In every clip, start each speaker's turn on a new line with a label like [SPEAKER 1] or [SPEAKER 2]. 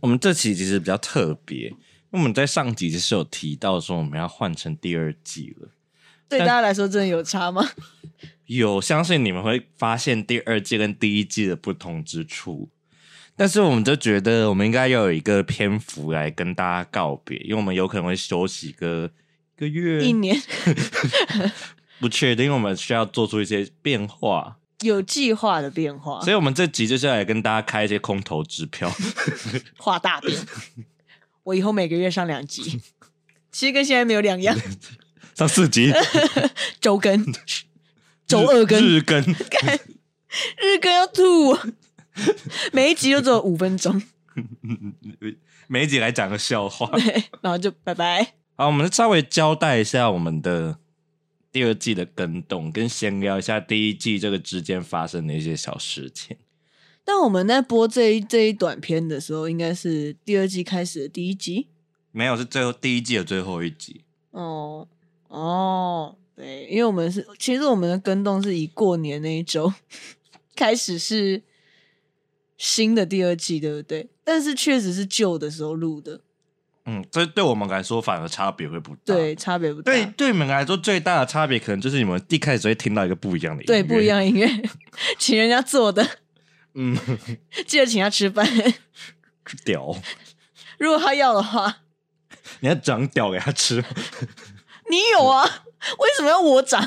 [SPEAKER 1] 我们这期其实比较特别，因为我们在上集其实有提到说我们要换成第二季了。
[SPEAKER 2] 对
[SPEAKER 1] 但
[SPEAKER 2] 大家来说真的有差吗？
[SPEAKER 1] 有相信你们会发现第二季跟第一季的不同之处，但是我们就觉得我们应该要有一个篇幅来跟大家告别，因为我们有可能会休息个一个月，
[SPEAKER 2] 一年
[SPEAKER 1] 不确定，因为我们需要做出一些变化，
[SPEAKER 2] 有计划的变化，
[SPEAKER 1] 所以我们这集就是要来跟大家开一些空头支票。
[SPEAKER 2] 画大变。我以后每个月上两集，其实跟现在没有两 样，
[SPEAKER 1] 上四集，
[SPEAKER 2] 周更、 周二更、
[SPEAKER 1] 日更，
[SPEAKER 2] 日更要吐我，每一集就只有五分钟，
[SPEAKER 1] 每一集来讲个笑话。
[SPEAKER 2] 对，然后就拜拜。
[SPEAKER 1] 好，我们稍微交代一下我们的第二季的跟动，跟闲聊一下第一季这个之间发生的一些小事情。
[SPEAKER 2] 但我们在播这一这一短片的时候，应该是第二季开始的第一集。
[SPEAKER 1] 没有，是最后第一季的最后一集。
[SPEAKER 2] 哦哦，对，因为我们是其实我们的跟动是以过年那一周 开始是新的第二季，对不对？但是确实是旧的时候录的，
[SPEAKER 1] 嗯，这对我们来说反而差别会不大。
[SPEAKER 2] 对，，差别不大。
[SPEAKER 1] 啊对，对你们来说最大的差别可能就是你们一开始会听到一个不一样的音
[SPEAKER 2] 对
[SPEAKER 1] 乐
[SPEAKER 2] 不一。样音乐， 请人家做的，
[SPEAKER 1] 嗯，
[SPEAKER 2] 记得请他吃饭，
[SPEAKER 1] 屌，
[SPEAKER 2] 如果他要的话，
[SPEAKER 1] 你要长屌给他 吃。
[SPEAKER 2] 你有啊？ 为什么要我长？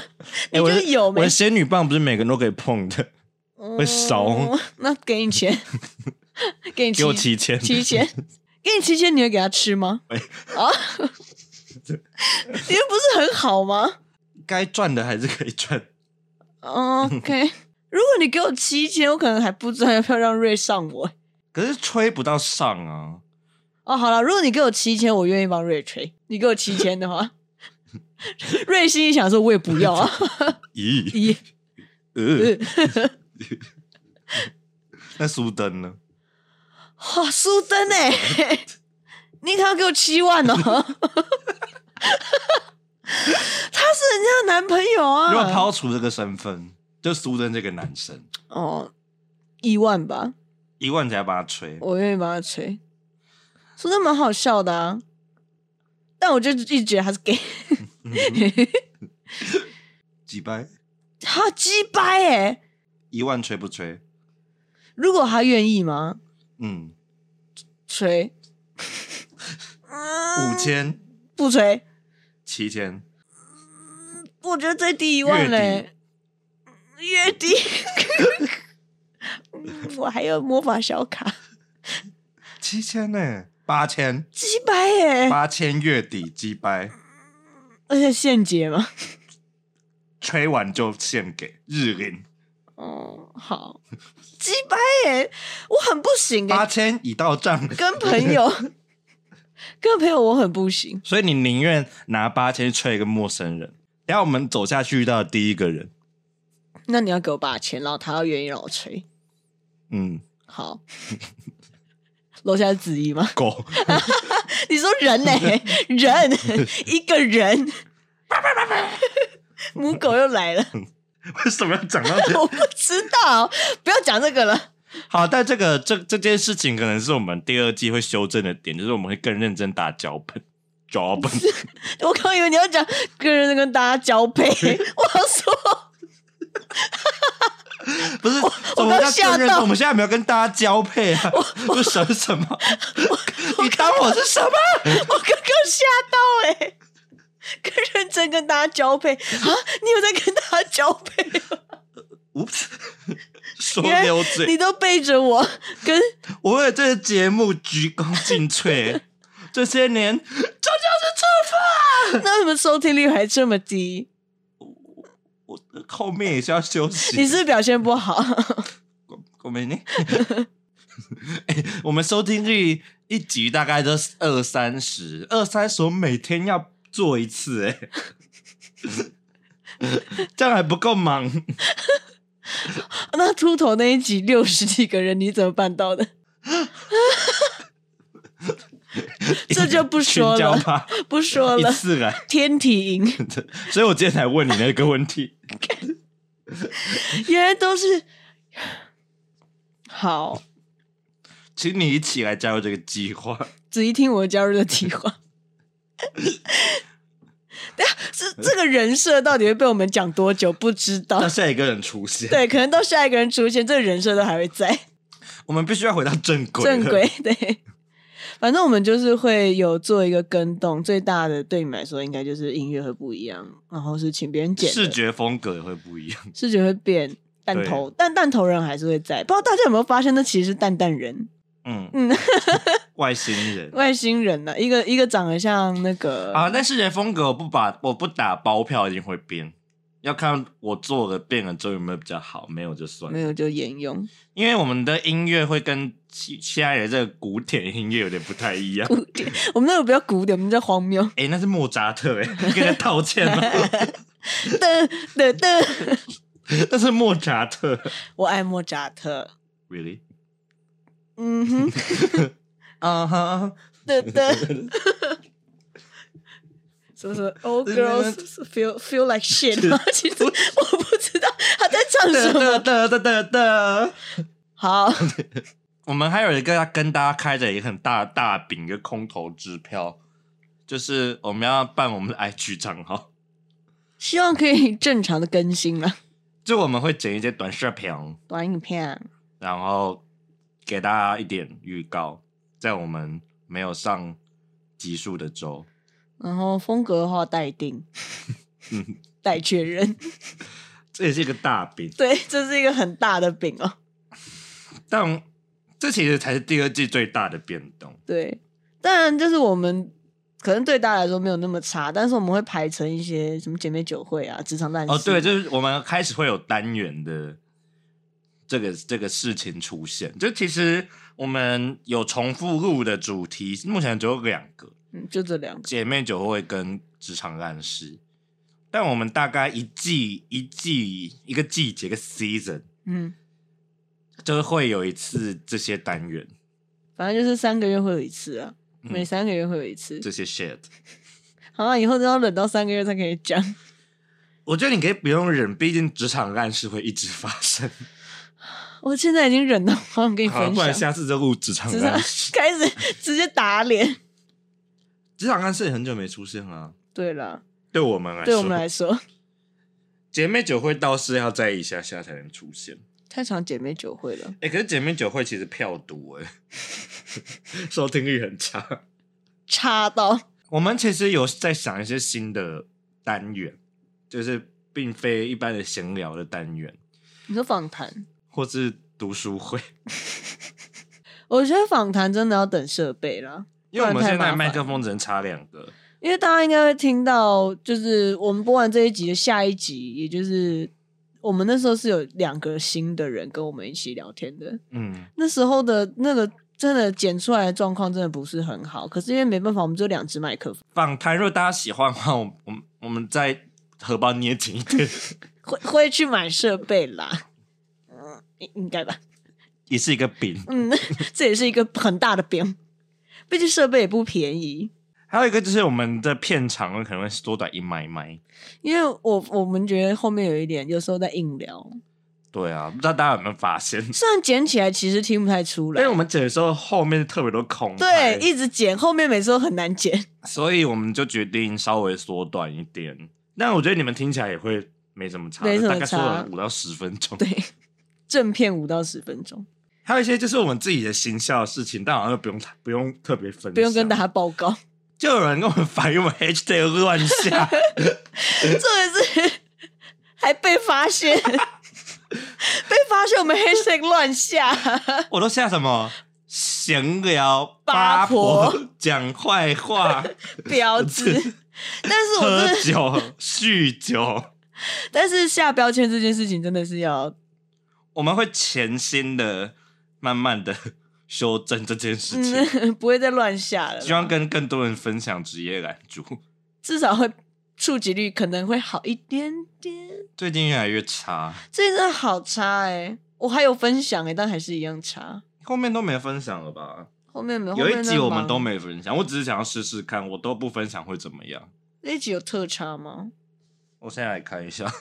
[SPEAKER 2] 你
[SPEAKER 1] 哎我
[SPEAKER 2] 就
[SPEAKER 1] 的
[SPEAKER 2] 有
[SPEAKER 1] 我
[SPEAKER 2] 没
[SPEAKER 1] 的？仙女棒不是每个人都可以碰的，会少
[SPEAKER 2] 嗯 那给 你钱，给你
[SPEAKER 1] 给我七千，
[SPEAKER 2] 七千， 给你七千，你会给他吃吗？
[SPEAKER 1] 会
[SPEAKER 2] 啊， 你们不是很好吗
[SPEAKER 1] 该赚的还是可以赚。
[SPEAKER 2] 哦？OK，如果你给我七千，我可能还不知道要不要让瑞上我。
[SPEAKER 1] 可是吹不到上啊，
[SPEAKER 2] 哦，好了，如果你给我七千，我愿意帮瑞吹。你给我七千 的话，瑞心里想说，我也不要啊。
[SPEAKER 1] 咦？
[SPEAKER 2] 一，
[SPEAKER 1] 呃，
[SPEAKER 2] 呃
[SPEAKER 1] 那苏登呢？
[SPEAKER 2] 哇，苏珍哎，你可要给我七万哦。 他是人家的男朋友啊。
[SPEAKER 1] 如果抛除这个身份，就苏登这个男生，
[SPEAKER 2] 哦，一万吧。
[SPEAKER 1] 一万才把他吹。
[SPEAKER 2] 我愿意帮他吹，说的蛮好笑的啊。但我就一直觉得他是 gay，
[SPEAKER 1] 几百？
[SPEAKER 2] 他鸡掰哎！
[SPEAKER 1] 一万吹不吹？
[SPEAKER 2] 如果他愿意吗？
[SPEAKER 1] 嗯，
[SPEAKER 2] 吹，
[SPEAKER 1] 五千、
[SPEAKER 2] 不吹？
[SPEAKER 1] 七千，
[SPEAKER 2] 我觉得最低一万嘞，月底。嗯 我还有魔法小卡，
[SPEAKER 1] 七千呢？八千，
[SPEAKER 2] 鸡掰哎！
[SPEAKER 1] 八千月底几百？
[SPEAKER 2] 而且现结嘛。
[SPEAKER 1] 吹完就献给日林，
[SPEAKER 2] 哦，好，鸡掰哎！我很不行哎、
[SPEAKER 1] 八千已到账。
[SPEAKER 2] 跟朋 友，跟朋友我很不行。
[SPEAKER 1] 所以你宁愿拿八千吹一个陌生人。然后我们走下去遇到的第一个人，
[SPEAKER 2] 那你要给我爸钱，然后他要愿意让我吹。
[SPEAKER 1] 嗯，
[SPEAKER 2] 好， 楼下是子怡吗？
[SPEAKER 1] 狗，
[SPEAKER 2] 你说人呢、人 一个人， 母狗又来了，
[SPEAKER 1] 为什么要讲到这？
[SPEAKER 2] 我不知道，不要讲这个了。
[SPEAKER 1] 好，但这个这这件事情可能是我们第二季会修正的点，就是我们会更认真打脚本，脚本
[SPEAKER 2] 我刚以为你要讲跟人跟大家交配，我要说
[SPEAKER 1] 不是
[SPEAKER 2] 我
[SPEAKER 1] 我们
[SPEAKER 2] 刚吓
[SPEAKER 1] 要更认
[SPEAKER 2] 到
[SPEAKER 1] 真，我们现在没有跟大家交配啊，我什什么？你当我是什么？
[SPEAKER 2] 我刚刚吓到哎、更认真跟大家交配啊！你有在跟大家交配吗？
[SPEAKER 1] 我说
[SPEAKER 2] 你还
[SPEAKER 1] 溜
[SPEAKER 2] 你
[SPEAKER 1] 嘴，
[SPEAKER 2] 都背着我跟
[SPEAKER 1] 我为了这个节目鞠躬尽瘁，这些年这就是错付。
[SPEAKER 2] 那为什么收听率还这么低？
[SPEAKER 1] 我后面也是要休息。
[SPEAKER 2] 你是不是表现不好？
[SPEAKER 1] 我们 呢？哎我们收听率一集大概都是二三十，二三十我每天要做一次、哎， 这样还不够忙。
[SPEAKER 2] 那秃头那一集六十几个人，你怎么办到的？ 这就不说
[SPEAKER 1] 群交
[SPEAKER 2] 了，
[SPEAKER 1] 吧，
[SPEAKER 2] 不说
[SPEAKER 1] 一
[SPEAKER 2] 了。
[SPEAKER 1] 次来。
[SPEAKER 2] 天体营
[SPEAKER 1] 所以我今天才问你那个问题。
[SPEAKER 2] 原来都是好，
[SPEAKER 1] 请你一起来加入这个计划。
[SPEAKER 2] 仔细听我加入的计划。 对啊，这这个人设到底会被我们讲多久？不知道
[SPEAKER 1] 到。下一个人出现，
[SPEAKER 2] 对，可能到下一个人出现，这个人设都还会在
[SPEAKER 1] 我们必须要回到正轨。
[SPEAKER 2] 正轨。对，反正我们就是会有做一个跟动，最大的对你们来说应该就是音乐会不一样，然后是请别人剪的，
[SPEAKER 1] 视觉风格也会不一样。
[SPEAKER 2] 视觉会变弹头，但弹头人还是会在。不知道大家有没有发现，那其实是蛋蛋人，
[SPEAKER 1] 嗯
[SPEAKER 2] 嗯，
[SPEAKER 1] 外星人
[SPEAKER 2] 外星人啊呢、一个一个长得像那个，
[SPEAKER 1] 啊，但视觉风格我不把我不打包票，一定会变。要看我做的变了之后有没有比较好，没有就算了
[SPEAKER 2] 没。有就沿用
[SPEAKER 1] 因为我们的音乐会跟其现在的这个古典音乐有点不太一样。
[SPEAKER 2] 古典。我们那个比较古典，我们叫荒谬。
[SPEAKER 1] 哎、那是莫扎特哎、你跟他道歉吗？
[SPEAKER 2] 的的的，
[SPEAKER 1] 那是莫扎特
[SPEAKER 2] 我爱莫扎特。
[SPEAKER 1] ，really？
[SPEAKER 2] 嗯哼，
[SPEAKER 1] 啊哈、
[SPEAKER 2] 的的， 什么什么，all girls feel feel like shit 吗？ 其实我不知道他在唱 什
[SPEAKER 1] 哒
[SPEAKER 2] 么。
[SPEAKER 1] 哒哒哒哒。
[SPEAKER 2] 好，
[SPEAKER 1] 我们还有一个要跟大家开着一个很大的大饼，一个空头支票，就是我们要办我们的 IG 账号，
[SPEAKER 2] 希望可以正常的更新了，
[SPEAKER 1] 就我们会剪一些短视频，
[SPEAKER 2] 短影片。
[SPEAKER 1] 然后给大家一点预告，在我们没有上集数的周，
[SPEAKER 2] 然后风格的话 待定，待确认。
[SPEAKER 1] 这也是一个大饼，
[SPEAKER 2] 对，这是一个很大的饼哦。
[SPEAKER 1] 但这其实才是第二季最大的变动。
[SPEAKER 2] 对，当然就是我们可能对大家来说没有那么差，但是我们会排成一些什么姐妹酒会啊、职场烂事
[SPEAKER 1] 哦，对，就是我们开始会有单元的这个这个事情出现。就其实我们有重复录的主题，目前只有两个
[SPEAKER 2] 嗯，就这两个。
[SPEAKER 1] 姐妹酒会跟职场暗示，但我们大概一季一季一个季节一个 season
[SPEAKER 2] 嗯，
[SPEAKER 1] 就是会有一次这些单元
[SPEAKER 2] 反正就是三个月会有一次啊，
[SPEAKER 1] 嗯
[SPEAKER 2] 每三个月会有一次。
[SPEAKER 1] 这些 shit。
[SPEAKER 2] 好啊像以后都要忍到三个月才可以讲。
[SPEAKER 1] 我觉得你可以不用忍，毕竟职场暗示会一直发生。
[SPEAKER 2] 我现在已经忍到，好想跟你
[SPEAKER 1] 好，啊
[SPEAKER 2] 分
[SPEAKER 1] 不然
[SPEAKER 2] 享。
[SPEAKER 1] 下次就录职场
[SPEAKER 2] 职场
[SPEAKER 1] 暗示。
[SPEAKER 2] 开始直接打脸。
[SPEAKER 1] 职场暗示也很久没出现了啊、
[SPEAKER 2] 对了，
[SPEAKER 1] 对我们来说，
[SPEAKER 2] 对我们来说，
[SPEAKER 1] 姐妹酒会倒是要在一下下才能出现。
[SPEAKER 2] 太常姐妹酒会了，
[SPEAKER 1] 哎、可是姐妹酒会其实票多哎、 收听率很差。
[SPEAKER 2] 差到
[SPEAKER 1] 我们其实有在想一些新的单元，就是并非一般的闲聊的单元，
[SPEAKER 2] 你说访谈，
[SPEAKER 1] 或是读书会，
[SPEAKER 2] 我觉得访谈真的要等设备啦，
[SPEAKER 1] 因为我们现
[SPEAKER 2] 不然太麻
[SPEAKER 1] 在
[SPEAKER 2] 烦
[SPEAKER 1] 麦克风只能插两个。
[SPEAKER 2] 因为大家应该会听到，就是我们播完这一集的下一集，也就是我们那时候是有两个新的人跟我们一起聊天的，
[SPEAKER 1] 嗯，
[SPEAKER 2] 那时候的那个真的剪出来的状况真的不是很好，可是因为没办法，我们只有两只麦克风，
[SPEAKER 1] 访谈如果大家喜欢的话，我我们我们再荷包捏紧一点，
[SPEAKER 2] 会会去买设备啦，嗯，应应该吧，
[SPEAKER 1] 也是一个饼。
[SPEAKER 2] 嗯， 这也是一个很大的饼，毕竟设备也不便宜。
[SPEAKER 1] 还有一个就是我们的片长可能会缩短一麦麦。
[SPEAKER 2] 因为我我们觉得后面有一点，有时候在硬聊，
[SPEAKER 1] 对啊，不知道大家有没有发 现？
[SPEAKER 2] 虽然剪起来其实听不太出
[SPEAKER 1] 因
[SPEAKER 2] 来
[SPEAKER 1] 为，我们剪的时候后面特别多空
[SPEAKER 2] 对
[SPEAKER 1] 拍，，
[SPEAKER 2] 一直剪，后面每次都很难剪。
[SPEAKER 1] 所以我们就决定稍微缩短一点。但我觉得你们听起来也会没什么差，
[SPEAKER 2] 没什么
[SPEAKER 1] 大概缩短
[SPEAKER 2] 差
[SPEAKER 1] 五到十分钟。
[SPEAKER 2] 对，正片五到十分钟，
[SPEAKER 1] 还有一些就是我们自己的行销的事情，但好像又不用不用特别分享，
[SPEAKER 2] 不用跟大家报告。
[SPEAKER 1] 就有人跟我们反映我们 hashtag 乱下，
[SPEAKER 2] 这一次还被发现， 被发现我们 hashtag 乱下，
[SPEAKER 1] 我都下什么闲聊、
[SPEAKER 2] 八
[SPEAKER 1] 八
[SPEAKER 2] 婆
[SPEAKER 1] 婆、讲坏 话、
[SPEAKER 2] 标志。但是我真
[SPEAKER 1] 喝
[SPEAKER 2] 的，
[SPEAKER 1] 酒、酗酒。
[SPEAKER 2] 但是下标签这件事情真的是要
[SPEAKER 1] 我们会潜心的、慢慢的修正这件事情，
[SPEAKER 2] 嗯，不会再乱下了啦。
[SPEAKER 1] 希望跟更多人分享职业懒猪。
[SPEAKER 2] 至少会触及率可能会好一点点。
[SPEAKER 1] 最近越来越差，
[SPEAKER 2] 最近真的好差哎、我还有分享哎、但还是一样差。
[SPEAKER 1] 后面都没分享了吧？
[SPEAKER 2] 后面没有，
[SPEAKER 1] 有
[SPEAKER 2] 后
[SPEAKER 1] 一
[SPEAKER 2] 面
[SPEAKER 1] 集
[SPEAKER 2] 在
[SPEAKER 1] 我
[SPEAKER 2] 忙
[SPEAKER 1] 们都，没分享，我只是想要试试看，我都不分享会怎么样？
[SPEAKER 2] 那一集有特差吗？
[SPEAKER 1] 我现在来看一 下，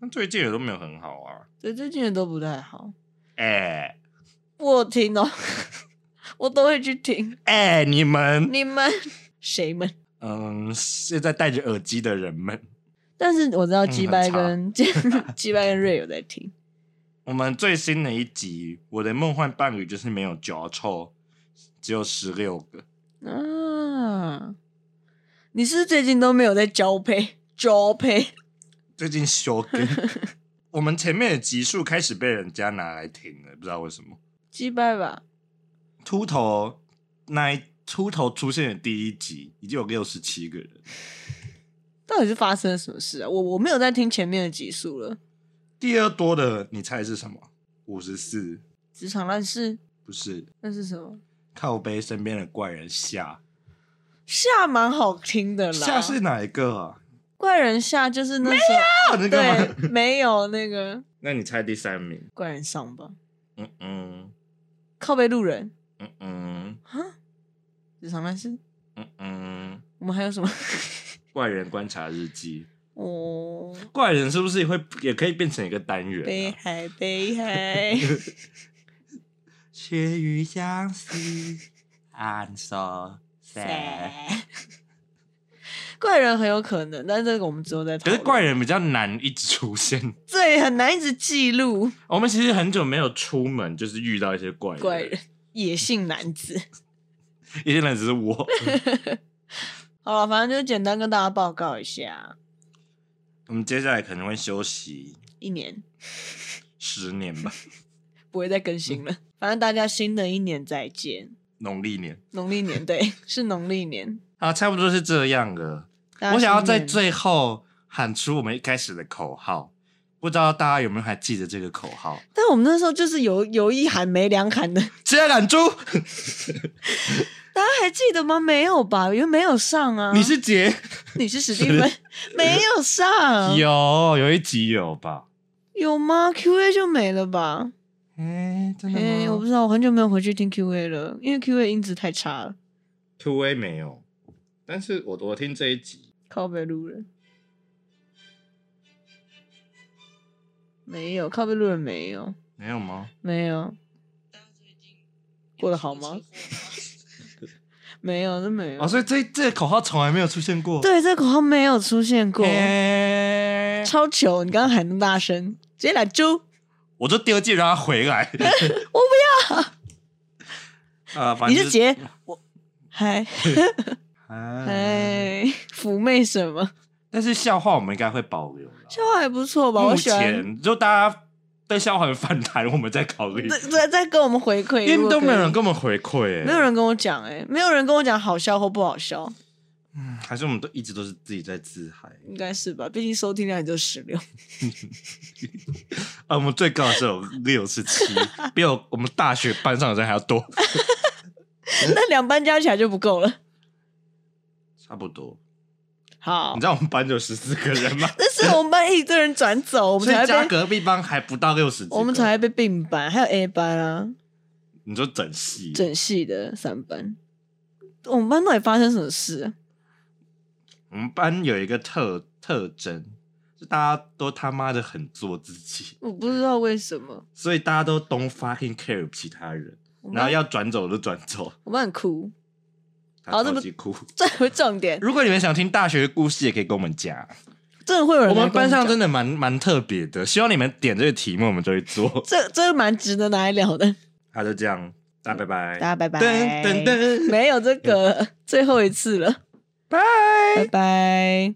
[SPEAKER 1] 但最近也都没有很好啊。
[SPEAKER 2] 对，最近的都不太好。
[SPEAKER 1] 哎、
[SPEAKER 2] 我有听哦， 我都会去听。
[SPEAKER 1] 哎、你们，
[SPEAKER 2] 你们谁们？
[SPEAKER 1] 嗯，现在戴着耳机的人们，
[SPEAKER 2] 但是我知道
[SPEAKER 1] 嗯
[SPEAKER 2] 鸡
[SPEAKER 1] 很
[SPEAKER 2] 掰
[SPEAKER 1] 差
[SPEAKER 2] 跟 鸡掰跟瑞有在听，
[SPEAKER 1] 我们最新的一集《我的梦幻伴侣》就是没有脚臭，只有十六个。
[SPEAKER 2] 啊，你是不是最近都没有在交配？交配
[SPEAKER 1] 最近休更，我们前面的集数开始被人家拿来听了，不知道为什么。
[SPEAKER 2] 鸡掰吧？
[SPEAKER 1] 秃头那一秃头出现的第一集已经有六十七个人，
[SPEAKER 2] 到底是发生了什么事啊？我我没有在听前面的集数了，
[SPEAKER 1] 第二多的你猜是什么？五十四，
[SPEAKER 2] 职场烂事
[SPEAKER 1] 不是
[SPEAKER 2] 那是什么？
[SPEAKER 1] 靠背身边的怪人夏
[SPEAKER 2] 下蛮好听的啦，
[SPEAKER 1] 夏是哪一个啊？
[SPEAKER 2] 怪人下就是那时 候
[SPEAKER 1] 啊，那个吗？
[SPEAKER 2] 对没有那个
[SPEAKER 1] 那你猜第三名？
[SPEAKER 2] 怪人上吧，
[SPEAKER 1] 嗯嗯
[SPEAKER 2] 靠背路人
[SPEAKER 1] 嗯嗯
[SPEAKER 2] 啊，职场烂事，
[SPEAKER 1] 嗯嗯，
[SPEAKER 2] 我们还有什么？
[SPEAKER 1] 怪人观察日记，
[SPEAKER 2] 哦，
[SPEAKER 1] 怪人是不是也会也可以变成一个单
[SPEAKER 2] 北
[SPEAKER 1] 元、啊？
[SPEAKER 2] 海 北海，
[SPEAKER 1] 血雨相思，I'm so
[SPEAKER 2] 怪人很有可能，但是这个我们之后再讨
[SPEAKER 1] 可是
[SPEAKER 2] 论。
[SPEAKER 1] 怪人比较难一直出现。
[SPEAKER 2] 这也很难一直记录
[SPEAKER 1] 我们其实很久没有出门，就是遇到一些怪人。
[SPEAKER 2] 怪人，野性男子。
[SPEAKER 1] 一些人只是我。
[SPEAKER 2] 好了，反正就简单跟大家报告一下，
[SPEAKER 1] 我们接下来可能会休息
[SPEAKER 2] 一年
[SPEAKER 1] 十年 吧，
[SPEAKER 2] 不会再更新
[SPEAKER 1] 嗯
[SPEAKER 2] 了。反正大家新的一年再见，
[SPEAKER 1] 农历年
[SPEAKER 2] 农历年对，是农历年。
[SPEAKER 1] 啊，差不多是这样了。
[SPEAKER 2] 大家
[SPEAKER 1] 我想要在
[SPEAKER 2] 新年
[SPEAKER 1] 最后喊出我们一开始的口号，不知道大家有没有还记得这个口号？
[SPEAKER 2] 但我们那时候就是有有一喊没两喊的，
[SPEAKER 1] 直接懒猪，
[SPEAKER 2] 大家还记得吗？没有吧？因为没有上啊。
[SPEAKER 1] 你是杰？
[SPEAKER 2] 你是史蒂芬，没有上，
[SPEAKER 1] 有有一集有吧？
[SPEAKER 2] 有吗？Q&A 就没了吧？
[SPEAKER 1] 哎、真
[SPEAKER 2] 哎、我不？知道，我很久没有回去听 Q&A 了，因为 Q&A 音质太差了。
[SPEAKER 1] 突 A 没有，但是我我听这一集，
[SPEAKER 2] 靠背路人没有，靠背路人没有，
[SPEAKER 1] 没有吗？
[SPEAKER 2] 没有。过得好吗？ 没有，真没有。
[SPEAKER 1] 哦，所以这这个口号从来没有出现过。
[SPEAKER 2] 嗯对，这口号没有出现过，
[SPEAKER 1] 哎
[SPEAKER 2] 超糗！你刚刚喊那么大声，直接来揪。
[SPEAKER 1] 我就丢进让他回来。
[SPEAKER 2] 我
[SPEAKER 1] 不要。啊，反
[SPEAKER 2] 你
[SPEAKER 1] 正
[SPEAKER 2] 是杰，我嗨
[SPEAKER 1] 哎，
[SPEAKER 2] 嗨，妩媚什么？
[SPEAKER 1] 但是笑话我们应该会保留啦。
[SPEAKER 2] 笑话还不错吧？我
[SPEAKER 1] 目
[SPEAKER 2] 喜欢。
[SPEAKER 1] 前就大家对笑话的反弹，我们在考虑，
[SPEAKER 2] 再再再跟我们回馈，
[SPEAKER 1] 因为
[SPEAKER 2] 如果
[SPEAKER 1] 都没有
[SPEAKER 2] 可以
[SPEAKER 1] 人跟我们回馈、欸，
[SPEAKER 2] 没有人跟我讲哎、没有人跟我讲好笑或不好笑，
[SPEAKER 1] 嗯，还是我们都一直都是自己在自嗨。
[SPEAKER 2] 应该是吧？毕竟收听量也就十六，
[SPEAKER 1] 啊，我们最高的时候有六十 七，比我我们大学班上的人还要多，
[SPEAKER 2] 那两班加起来就不够了。
[SPEAKER 1] 差不多。
[SPEAKER 2] 好？
[SPEAKER 1] 你，知道我们班就十四个人吗
[SPEAKER 2] 但是我们班一堆人转 走，我们
[SPEAKER 1] 所以
[SPEAKER 2] 才
[SPEAKER 1] 加
[SPEAKER 2] 会被
[SPEAKER 1] 隔壁班还不到六十，
[SPEAKER 2] 我们才会被并班，还有 A 班啊，
[SPEAKER 1] 你说整戏，
[SPEAKER 2] 整系的三班。我们班到底发生什么事、啊？
[SPEAKER 1] 我们班有一个特特征，就大家都他妈的很做自己，
[SPEAKER 2] 我不知道为什么，
[SPEAKER 1] 所以大家都 don't fucking care 其他人，
[SPEAKER 2] 我们
[SPEAKER 1] 然后
[SPEAKER 2] 班
[SPEAKER 1] 要转走就转走，
[SPEAKER 2] 我们很哭，
[SPEAKER 1] 他
[SPEAKER 2] 哦好这
[SPEAKER 1] 超
[SPEAKER 2] 不
[SPEAKER 1] 级酷。
[SPEAKER 2] 这不是重点，
[SPEAKER 1] 如果你们想听大学故事，也可以跟我们讲。
[SPEAKER 2] 真的会有人
[SPEAKER 1] 我们
[SPEAKER 2] 来跟
[SPEAKER 1] 班上
[SPEAKER 2] 讲。
[SPEAKER 1] 真的蛮蛮特别的，希望你们点这个题目，我们就会做
[SPEAKER 2] 这这蛮值得拿来聊的，
[SPEAKER 1] 那就这样，大家拜
[SPEAKER 2] 大
[SPEAKER 1] 拜，
[SPEAKER 2] 家拜拜。
[SPEAKER 1] 噔嗯噔噔，
[SPEAKER 2] 没有这个，最后一次了，
[SPEAKER 1] 拜。
[SPEAKER 2] 拜拜。